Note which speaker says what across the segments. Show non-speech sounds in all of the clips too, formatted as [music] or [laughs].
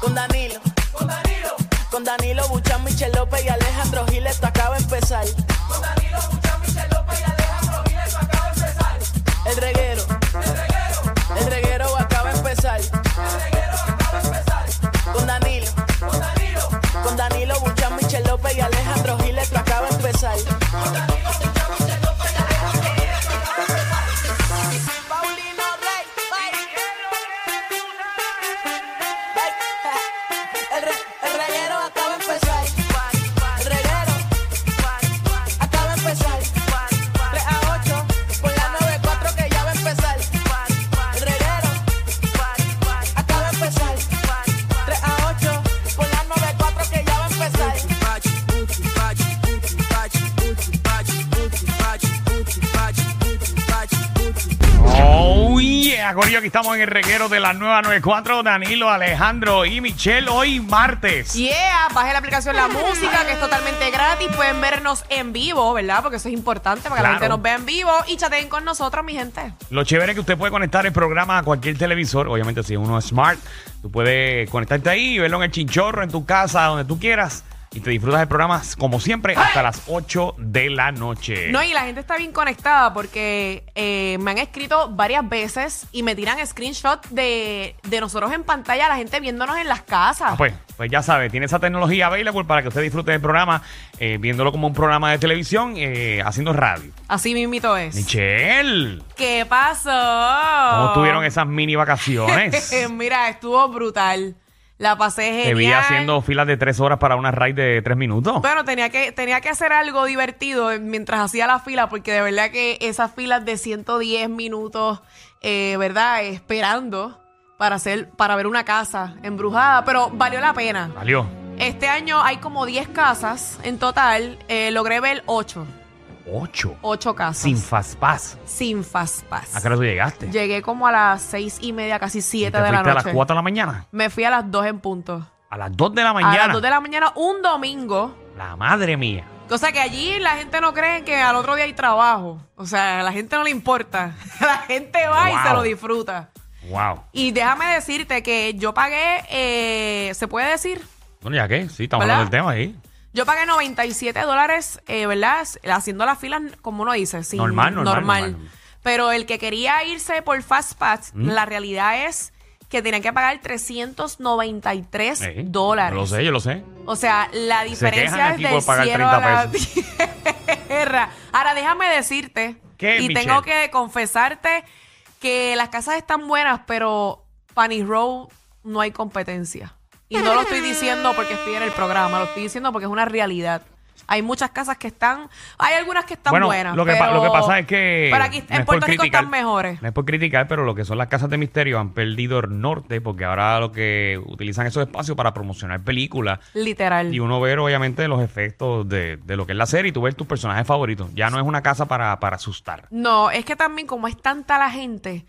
Speaker 1: Con Danilo. Con Danilo. Con Danilo Buchan, Michel López y Alejandro Gil, esto acaba de empezar. Con Danilo Buchan, Michel López y Alejandro Gil, esto acaba de empezar. El reguero. El reguero. El reguero acaba de empezar. El reguero acaba de empezar. Con Danilo. Con Danilo. Con Danilo Buchan, Michel López y Alejandro Gil, esto acaba de empezar. Con Danilo Buchan, Michel López y Alejandro Gil, esto acaba de empezar. Paulino Rey, El, re, el reguero acaba de empezar. El reguero acaba de empezar. 3 a 8 por la 94 que ya va a empezar. El reguero acaba de empezar. 3 a 8 por la 94 que ya va a empezar.
Speaker 2: Oh yeah, Corillo, aquí estamos en el reguero de la nueva 94, Danilo, Alejandro y Michelle, hoy martes.
Speaker 3: Yeah, baje la aplicación La Música, que es totalmente gratis. Pueden vernos en vivo, ¿verdad? Porque eso es importante para que
Speaker 2: Claro.
Speaker 3: la gente nos vea en vivo y chateen con nosotros, mi gente.
Speaker 2: Lo chévere es que usted puede conectar el programa a cualquier televisor, obviamente si uno es smart, tú puedes conectarte ahí, y verlo en el chinchorro, en tu casa, donde tú quieras, y te disfrutas del programa, como siempre, hasta las 8 de la noche.
Speaker 3: No, y la gente está bien conectada porque eh, me han escrito varias veces y me tiran screenshot de, de nosotros en pantalla, la gente viéndonos en las casas.
Speaker 2: Ah, pues, pues ya sabe, tiene esa tecnología available para que usted disfrute del programa, eh, viéndolo como un programa de televisión, eh, haciendo radio.
Speaker 3: Así mismito es.
Speaker 2: Michelle,
Speaker 3: ¿Qué pasó?
Speaker 2: ¿cómo
Speaker 3: Oh.
Speaker 2: tuvieron
Speaker 3: [laughs]
Speaker 2: esas mini vacaciones?
Speaker 3: Mira, estuvo brutal. La pasé genial.
Speaker 2: Te vi haciendo filas de tres horas para una raid de tres minutos.
Speaker 3: Bueno, tenía que, tenía que hacer algo divertido mientras hacía la fila, porque de verdad que esas filas de 110 minutos, eh, ¿verdad? Esperando para hacer, para ver una casa embrujada, pero valió la pena.
Speaker 2: Valió.
Speaker 3: Este año hay como 10 casas en total. eh, logré ver 8.
Speaker 2: Ocho.
Speaker 3: 8 casas.
Speaker 2: Sin fastpass.
Speaker 3: Sin fast pass.
Speaker 2: ¿A qué hora tú llegaste?
Speaker 3: Llegué como a las 6 y media, casi 7
Speaker 2: ¿Te
Speaker 3: de la
Speaker 2: fuiste
Speaker 3: noche.
Speaker 2: a las 4 de la mañana?
Speaker 3: Me fui a las 2 en punto.
Speaker 2: A las 2 de la mañana.
Speaker 3: A las 2 de la mañana, un domingo.
Speaker 2: La madre mía.
Speaker 3: Cosa que allí la gente no cree que al otro día hay trabajo. O sea, a la gente no le importa. [laughs] La gente va
Speaker 2: Wow.
Speaker 3: y se lo disfruta.
Speaker 2: Wow.
Speaker 3: Y déjame decirte que yo pagué, eh, ¿se puede decir?
Speaker 2: Bueno, ¿ya qué? Sí, estamos
Speaker 3: ¿Verdad?
Speaker 2: hablando del tema ahí.
Speaker 3: Yo pagué 97 dólares, eh, ¿verdad? Haciendo las filas, como uno dice, sí.
Speaker 2: Normal, normal, normal.
Speaker 3: Pero el que quería irse por Fast Pass, la realidad es que tenía que pagar 393
Speaker 2: Eh,
Speaker 3: dólares.
Speaker 2: Yo lo sé, yo lo sé.
Speaker 3: O sea, la
Speaker 2: quejan
Speaker 3: diferencia es
Speaker 2: aquí por
Speaker 3: del
Speaker 2: pagar
Speaker 3: cielo a
Speaker 2: 30
Speaker 3: la tierra. Ahora, déjame decirte,
Speaker 2: ¿Qué,
Speaker 3: y
Speaker 2: Michelle?
Speaker 3: tengo que confesarte que las casas están buenas, pero Panny Row no hay competencia. Y no lo estoy diciendo porque estoy en el programa, lo estoy diciendo porque es una realidad. Hay muchas casas que están, hay algunas que están
Speaker 2: bueno,
Speaker 3: buenas.
Speaker 2: lo que, pa-
Speaker 3: pero,
Speaker 2: lo que pasa es que.
Speaker 3: Pero aquí
Speaker 2: no es
Speaker 3: en
Speaker 2: por
Speaker 3: Puerto Rico
Speaker 2: criticar,
Speaker 3: están mejores.
Speaker 2: No es por criticar, pero lo que son las casas de misterio han perdido el norte porque ahora lo que utilizan esos espacios para promocionar películas
Speaker 3: Literal.
Speaker 2: y uno ver obviamente los efectos de, de lo que es la serie y tú ver tus personajes favoritos. Ya no es una casa para, para asustar.
Speaker 3: No, es que también como es tanta la gente,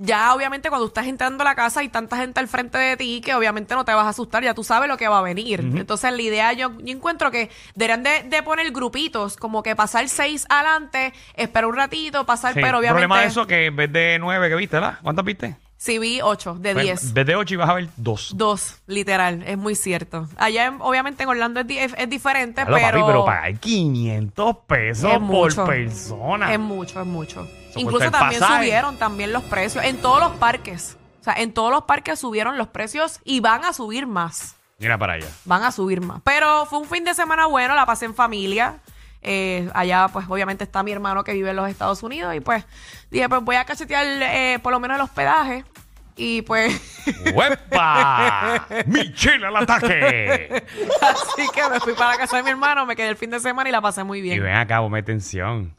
Speaker 3: ya obviamente cuando estás entrando a la casa hay tanta gente al frente de ti que obviamente no te vas a asustar, ya tú sabes lo que va a venir. Entonces la idea yo, yo encuentro que deberían de, de poner grupitos, como que pasar seis adelante, esperar un ratito, pasar,
Speaker 2: Sí,
Speaker 3: pero
Speaker 2: el
Speaker 3: obviamente...
Speaker 2: problema de eso es que en vez de nueve que viste, ¿verdad? ¿Cuántas viste?
Speaker 3: Sí, vi ocho de
Speaker 2: Pues,
Speaker 3: diez.
Speaker 2: En vez de ocho ibas a ver dos.
Speaker 3: Dos, literal, es muy cierto. Allá en- obviamente en Orlando es, di- es- es diferente,
Speaker 2: Claro,
Speaker 3: pero...
Speaker 2: papi, pero pagar 500 pesos
Speaker 3: Es
Speaker 2: por
Speaker 3: mucho.
Speaker 2: persona.
Speaker 3: Es mucho, es mucho.
Speaker 2: cuesta
Speaker 3: Incluso
Speaker 2: el
Speaker 3: también
Speaker 2: pasaje.
Speaker 3: subieron también los precios en todos los parques. O sea, en todos los parques subieron los precios y van a subir más.
Speaker 2: Mira para allá.
Speaker 3: Van a subir más. Pero fue un fin de semana bueno, la pasé en familia. Eh, allá, pues, obviamente está mi hermano que vive en los Estados Unidos. Y pues, dije, pues voy a cachetear eh, por lo menos el hospedaje. Y pues, [laughs]
Speaker 2: ¡Huepa! ¡Michelle al ataque!
Speaker 3: así que me fui para la casa de mi hermano, me quedé el fin de semana y la pasé muy
Speaker 2: Y
Speaker 3: bien. [laughs]
Speaker 2: ven acá, ponme atención.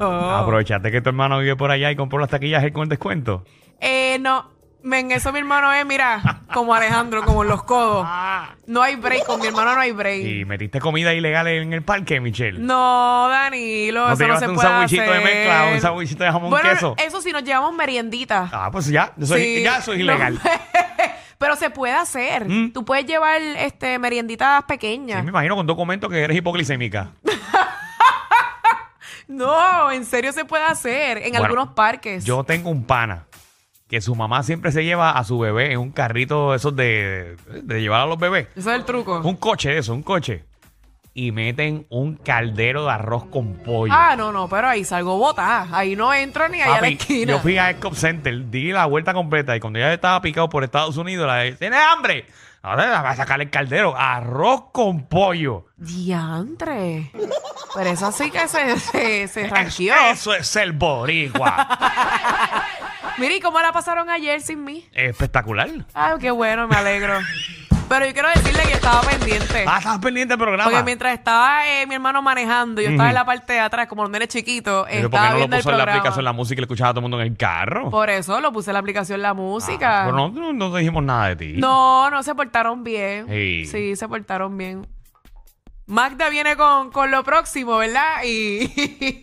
Speaker 3: Oh.
Speaker 2: Aprovechate que tu hermano vive por allá y compró las taquillas él con el descuento.
Speaker 3: Eh, no. Men, eso mi hermano es, mira, como Alejandro, como en los codos. No hay break, con mi hermano no hay break.
Speaker 2: Y metiste comida ilegal en el parque, Michelle.
Speaker 3: No, Danilo,
Speaker 2: ¿No te
Speaker 3: eso no
Speaker 2: llevaste
Speaker 3: se
Speaker 2: un
Speaker 3: puede
Speaker 2: sandwichito de
Speaker 3: hacer.
Speaker 2: mezcla, un sandwichito de jamón
Speaker 3: bueno,
Speaker 2: queso?
Speaker 3: eso sí, nos llevamos meriendita.
Speaker 2: Ah, pues ya, yo soy,
Speaker 3: Sí.
Speaker 2: ya soy
Speaker 3: No.
Speaker 2: ilegal.
Speaker 3: Pero se puede hacer.
Speaker 2: Mm.
Speaker 3: Tú puedes llevar este merienditas
Speaker 2: Sí,
Speaker 3: pequeñas.
Speaker 2: me imagino con documentos que eres hipoglicémica.
Speaker 3: No, en serio se puede hacer en
Speaker 2: Bueno,
Speaker 3: algunos parques.
Speaker 2: Yo tengo un pana que su mamá siempre se lleva a su bebé en un carrito de esos de, de llevar a los bebés.
Speaker 3: Ese es el truco.
Speaker 2: Un coche, eso, un coche. Y meten un caldero de arroz con pollo.
Speaker 3: Ah, no, no, pero ahí salgo bota. Ahí no entro ni allá a la
Speaker 2: Papi,
Speaker 3: esquina.
Speaker 2: yo fui a Escop Center, di la vuelta completa y cuando ya estaba picado por Estados Unidos, la de, ¿tienes hambre? Ahora la va a sacar el caldero, arroz con pollo.
Speaker 3: Diantre. Pero eso sí que se, se,
Speaker 2: Eh,
Speaker 3: se ranqueó.
Speaker 2: Eso es el
Speaker 3: [laughs]
Speaker 2: boricua.
Speaker 3: Mira, ¿y cómo la pasaron ayer sin mí?
Speaker 2: Espectacular.
Speaker 3: Ay, qué bueno, me alegro. Pero yo quiero decirle que estaba [laughs] pendiente.
Speaker 2: Ah, estás pendiente del programa.
Speaker 3: Porque mientras estaba eh, mi hermano manejando, yo estaba en la parte de atrás, como los nenes chiquitos,
Speaker 2: Pero ¿por qué
Speaker 3: estaba
Speaker 2: no lo
Speaker 3: viendo el
Speaker 2: puso en la
Speaker 3: programa.
Speaker 2: aplicación la música y le escuchaba a todo el mundo en el carro?
Speaker 3: Por eso lo puse en la aplicación la música.
Speaker 2: Ah, pero no, no, no te dijimos nada de ti.
Speaker 3: No, no se portaron bien.
Speaker 2: Sí.
Speaker 3: Sí, se portaron bien. Magda viene con, con lo próximo, ¿verdad? Y,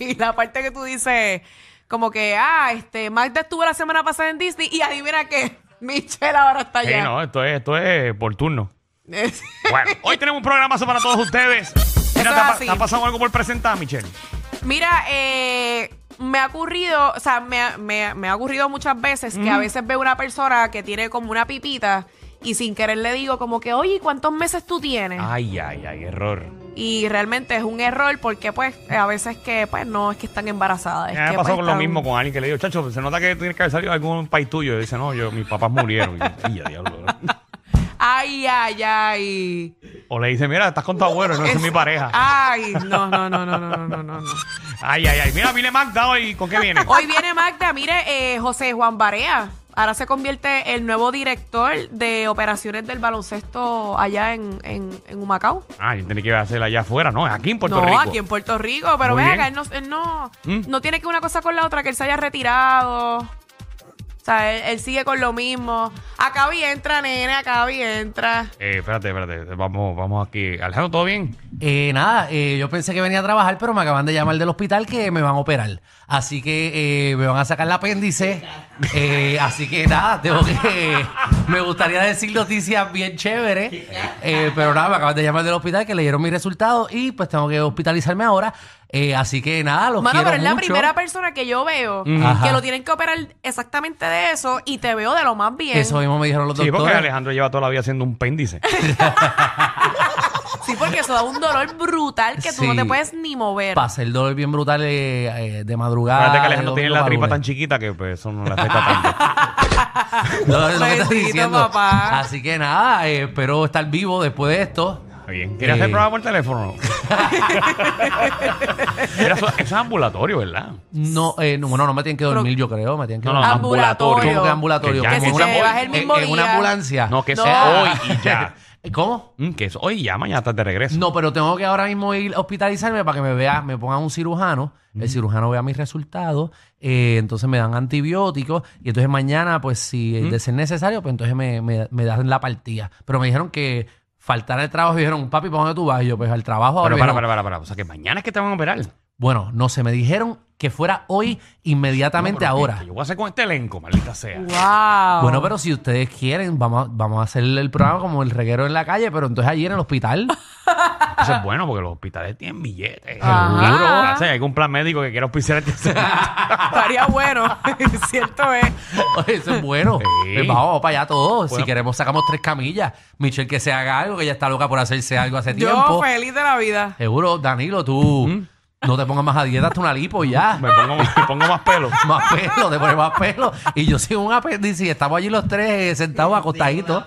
Speaker 3: [laughs] y la parte que tú dices, como que, ah, este, Magda estuvo la semana pasada en Disney y adivina qué, [laughs] Michelle ahora está
Speaker 2: Ey,
Speaker 3: allá.
Speaker 2: no, esto es, esto es por turno.
Speaker 3: [laughs] Es-
Speaker 2: Bueno, hoy tenemos un programazo para todos ustedes. Mira,
Speaker 3: es
Speaker 2: ¿te ha, pa-
Speaker 3: así.
Speaker 2: te ha pasado algo por presentar, Michelle?
Speaker 3: Mira, eh, me ha ocurrido, o sea, me, ha- me ha- me ha ocurrido muchas veces que a veces veo una persona que tiene como una pipita y sin querer le digo como que, oye, ¿y ¿cuántos meses tú tienes?
Speaker 2: Ay, ay, ay, error.
Speaker 3: Y realmente es un error porque pues eh, a veces que pues no es que están embarazadas. es
Speaker 2: Ya
Speaker 3: que,
Speaker 2: me pasó
Speaker 3: pues,
Speaker 2: con lo
Speaker 3: están-
Speaker 2: mismo con alguien que le digo, chacho, se nota que tienes que haber salido de algún país tuyo. Y dice, no, yo, mis papás murieron. Y yo, "Tía,
Speaker 3: [laughs]
Speaker 2: diablo.
Speaker 3: Ay, ay, ay.
Speaker 2: O le dice, mira, estás con tu abuelo, no esa es mi
Speaker 3: Ah.
Speaker 2: pareja.
Speaker 3: Ay, no, no, no, no, no, no, no, no.
Speaker 2: Ay, ay, ay. Mira, mire Magda hoy, ¿con qué
Speaker 3: [laughs]
Speaker 2: viene?
Speaker 3: Hoy viene Magda, mire, eh, José Juan Barea. Ahora se convierte el nuevo director de operaciones del baloncesto allá en, en, en Humacao.
Speaker 2: Ah, yo tenía que hacerla allá afuera, ¿no? Aquí en Puerto
Speaker 3: no,
Speaker 2: Rico.
Speaker 3: aquí en Puerto Rico, pero
Speaker 2: Muy
Speaker 3: ven
Speaker 2: bien.
Speaker 3: acá, él no, él no,
Speaker 2: Mm.
Speaker 3: no tiene que una cosa con la otra, que él se haya retirado. O sea, él, él sigue con lo mismo. Acá vi entra, nene, acá vi entra.
Speaker 2: Eh, espérate, espérate. Vamos, vamos aquí. Alejandro, ¿todo bien?
Speaker 4: Eh, nada, eh, yo pensé que venía a trabajar, pero me acaban de llamar del hospital que me van a operar. Así que eh, me van a sacar el apéndice. Eh, así que nada, tengo que. [laughs] Me gustaría decir noticias bien chéveres. eh, pero nada, me acaban de llamar del hospital que leyeron mis resultados y pues tengo que hospitalizarme ahora. Eh, así que nada, los
Speaker 3: Mano,
Speaker 4: quiero
Speaker 3: pero es la
Speaker 4: mucho.
Speaker 3: primera persona que yo veo que
Speaker 4: Ajá.
Speaker 3: lo tienen que operar exactamente de eso y te veo de lo más bien.
Speaker 4: Eso mismo me dijeron los
Speaker 2: Sí, porque
Speaker 4: doctores.
Speaker 2: Alejandro lleva toda la vida haciendo un péndice.
Speaker 4: Ah,
Speaker 3: Sí, porque eso da un dolor brutal que tú no
Speaker 4: Sí.
Speaker 3: te puedes ni mover.
Speaker 4: Pasa el dolor bien brutal eh, eh, de madrugada.
Speaker 2: Espérate que
Speaker 4: de
Speaker 2: Alejandro tiene
Speaker 4: domingo
Speaker 2: la
Speaker 4: pa'
Speaker 2: tripa
Speaker 4: lunes.
Speaker 2: tan chiquita que pues, eso no le afecta
Speaker 4: [laughs]
Speaker 2: tanto.
Speaker 4: No, es lo que te estoy
Speaker 3: Bendito,
Speaker 4: diciendo.
Speaker 3: papá.
Speaker 4: Así que nada, eh, espero estar vivo después de esto.
Speaker 2: Está bien. ¿Quieres
Speaker 4: Eh,
Speaker 2: hacer programa por
Speaker 4: [laughs]
Speaker 2: teléfono? Mira, eso, eso es ambulatorio, ¿verdad?
Speaker 4: No, eh, no, bueno, no me tienen que dormir,
Speaker 3: Pero-
Speaker 4: yo creo. Me tienen que
Speaker 2: No, no,
Speaker 4: dormir.
Speaker 3: Ambulatorio.
Speaker 4: ¿Cómo que ambulatorio?
Speaker 2: Que ya
Speaker 4: Como
Speaker 2: que
Speaker 4: en una
Speaker 2: se
Speaker 4: ambu-
Speaker 2: baje
Speaker 3: el mismo
Speaker 4: en- en una
Speaker 3: día.
Speaker 4: ambulancia. Eh,
Speaker 2: No, que
Speaker 3: No.
Speaker 2: sea hoy y
Speaker 4: [laughs]
Speaker 2: ya.
Speaker 4: ¿Cómo?
Speaker 2: Mm, que es hoy y ya, mañana estás de regreso.
Speaker 4: No, pero tengo que ahora mismo ir a hospitalizarme para que me vea, me pongan un cirujano, el cirujano vea mis resultados, eh, entonces me dan antibióticos y entonces mañana, pues si es de ser necesario, pues entonces me, me- me dan la partida. Pero me dijeron que faltara el trabajo, y dijeron, papi, ¿para dónde tú vas? Y yo, pues al trabajo
Speaker 2: Pero
Speaker 4: ahora. Me
Speaker 2: para,
Speaker 4: dijeron,
Speaker 2: para, para, para. O sea, que mañana es que te van a operar.
Speaker 4: Bueno, no sé, me dijeron que fuera hoy
Speaker 2: No,
Speaker 4: inmediatamente
Speaker 2: pero
Speaker 4: ahora.
Speaker 2: ¿qué- qué yo voy a hacer con este elenco, maldita
Speaker 4: [laughs]
Speaker 2: sea.
Speaker 3: Wow.
Speaker 4: Bueno, pues, pero si ustedes quieren, vamos a, vamos a hacer el programa como el reguero en la calle, pero entonces allí en
Speaker 2: [laughs]
Speaker 4: el hospital.
Speaker 2: Eso es bueno porque los hospitales tienen billetes.
Speaker 3: Ajá.
Speaker 2: Seguro. O sea, hay algún plan médico que quiera auspiciar este
Speaker 4: [laughs]
Speaker 3: estaría bueno. [laughs] Cierto es.
Speaker 4: Eso es bueno.
Speaker 2: Sí.
Speaker 4: Pues vamos para allá todos.
Speaker 2: Bueno.
Speaker 4: Si queremos, sacamos tres camillas. Michelle que se haga algo, que ella está loca por hacerse algo hace
Speaker 3: Yo pues.
Speaker 4: tiempo.
Speaker 3: feliz de la vida.
Speaker 4: Seguro, Danilo, tú
Speaker 2: Mm.
Speaker 4: no te pongas más a dieta, hasta una lipo y ya.
Speaker 2: [laughs] Me pongo, me pongo más pelo.
Speaker 4: Más pelo, te pones más pelo. Y yo soy un apéndice y estamos allí los tres eh, sentados acostaditos.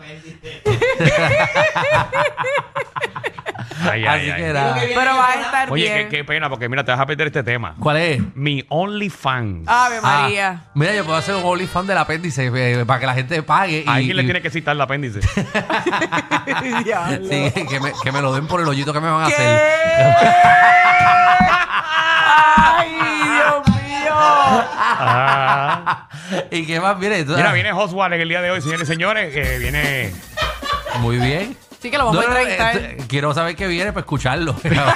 Speaker 2: Ay, ay,
Speaker 4: Así
Speaker 2: ay.
Speaker 4: que nada.
Speaker 3: Pero va a estar
Speaker 2: Oye, qué,
Speaker 3: bien.
Speaker 2: qué pena, porque mira, te vas a perder este tema.
Speaker 4: ¿Cuál es?
Speaker 2: Mi OnlyFans.
Speaker 3: Ave
Speaker 4: Ah,
Speaker 3: María.
Speaker 4: mira, yo puedo hacer un OnlyFans del apéndice eh, para que la gente pague. y-
Speaker 2: Alguien le
Speaker 4: y-
Speaker 2: tiene que citar el apéndice.
Speaker 3: Diablo.
Speaker 4: [laughs] Sí, que, me, que me lo den por el hoyito que me van a hacer.
Speaker 3: ¡Ay, Dios mío!
Speaker 2: Ah.
Speaker 4: [laughs] ¿Y qué más? Mire, tú-
Speaker 2: Mira, viene Oswald en el día de hoy, señores y señores. que viene.
Speaker 4: Muy bien.
Speaker 3: Sí que lo vamos
Speaker 4: No, no,
Speaker 3: a entrevistar.
Speaker 4: eh, t- quiero saber qué viene para escucharlo. [laughs]
Speaker 3: Normal.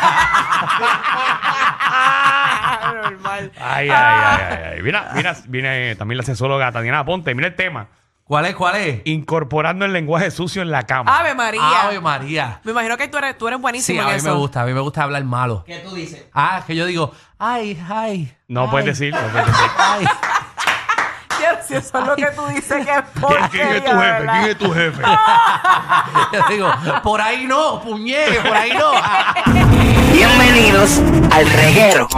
Speaker 2: Ay, ay, ay,
Speaker 4: Ah.
Speaker 2: ay, ay. Mira, mira, viene también la sexóloga Tatiana Ponte. Mira el tema.
Speaker 4: ¿Cuál es? ¿Cuál es? Ah,
Speaker 2: Incorporando el lenguaje sucio en la cama.
Speaker 3: Ave María.
Speaker 4: Ave María.
Speaker 3: Me imagino que tú eres, tú eres
Speaker 4: Sí,
Speaker 3: buenísimo
Speaker 4: a
Speaker 3: en
Speaker 4: mí
Speaker 3: eso.
Speaker 4: me gusta, a mí me gusta hablar malo.
Speaker 5: ¿Qué tú dices?
Speaker 4: Ah, que yo digo, ay, ay.
Speaker 2: No
Speaker 4: ay,
Speaker 2: puedes decir, no puedes decir.
Speaker 4: Ay.
Speaker 3: Yo no si eso es lo que tú dices que es
Speaker 4: [laughs]
Speaker 3: porquería.
Speaker 2: ¿Quién es tu jefe?
Speaker 3: ¿verdad?
Speaker 2: ¿Quién es tu jefe?
Speaker 4: [laughs] Yo digo, por ahí
Speaker 3: [laughs]
Speaker 4: no, puñe, por ahí no.
Speaker 5: Bienvenidos al reguero.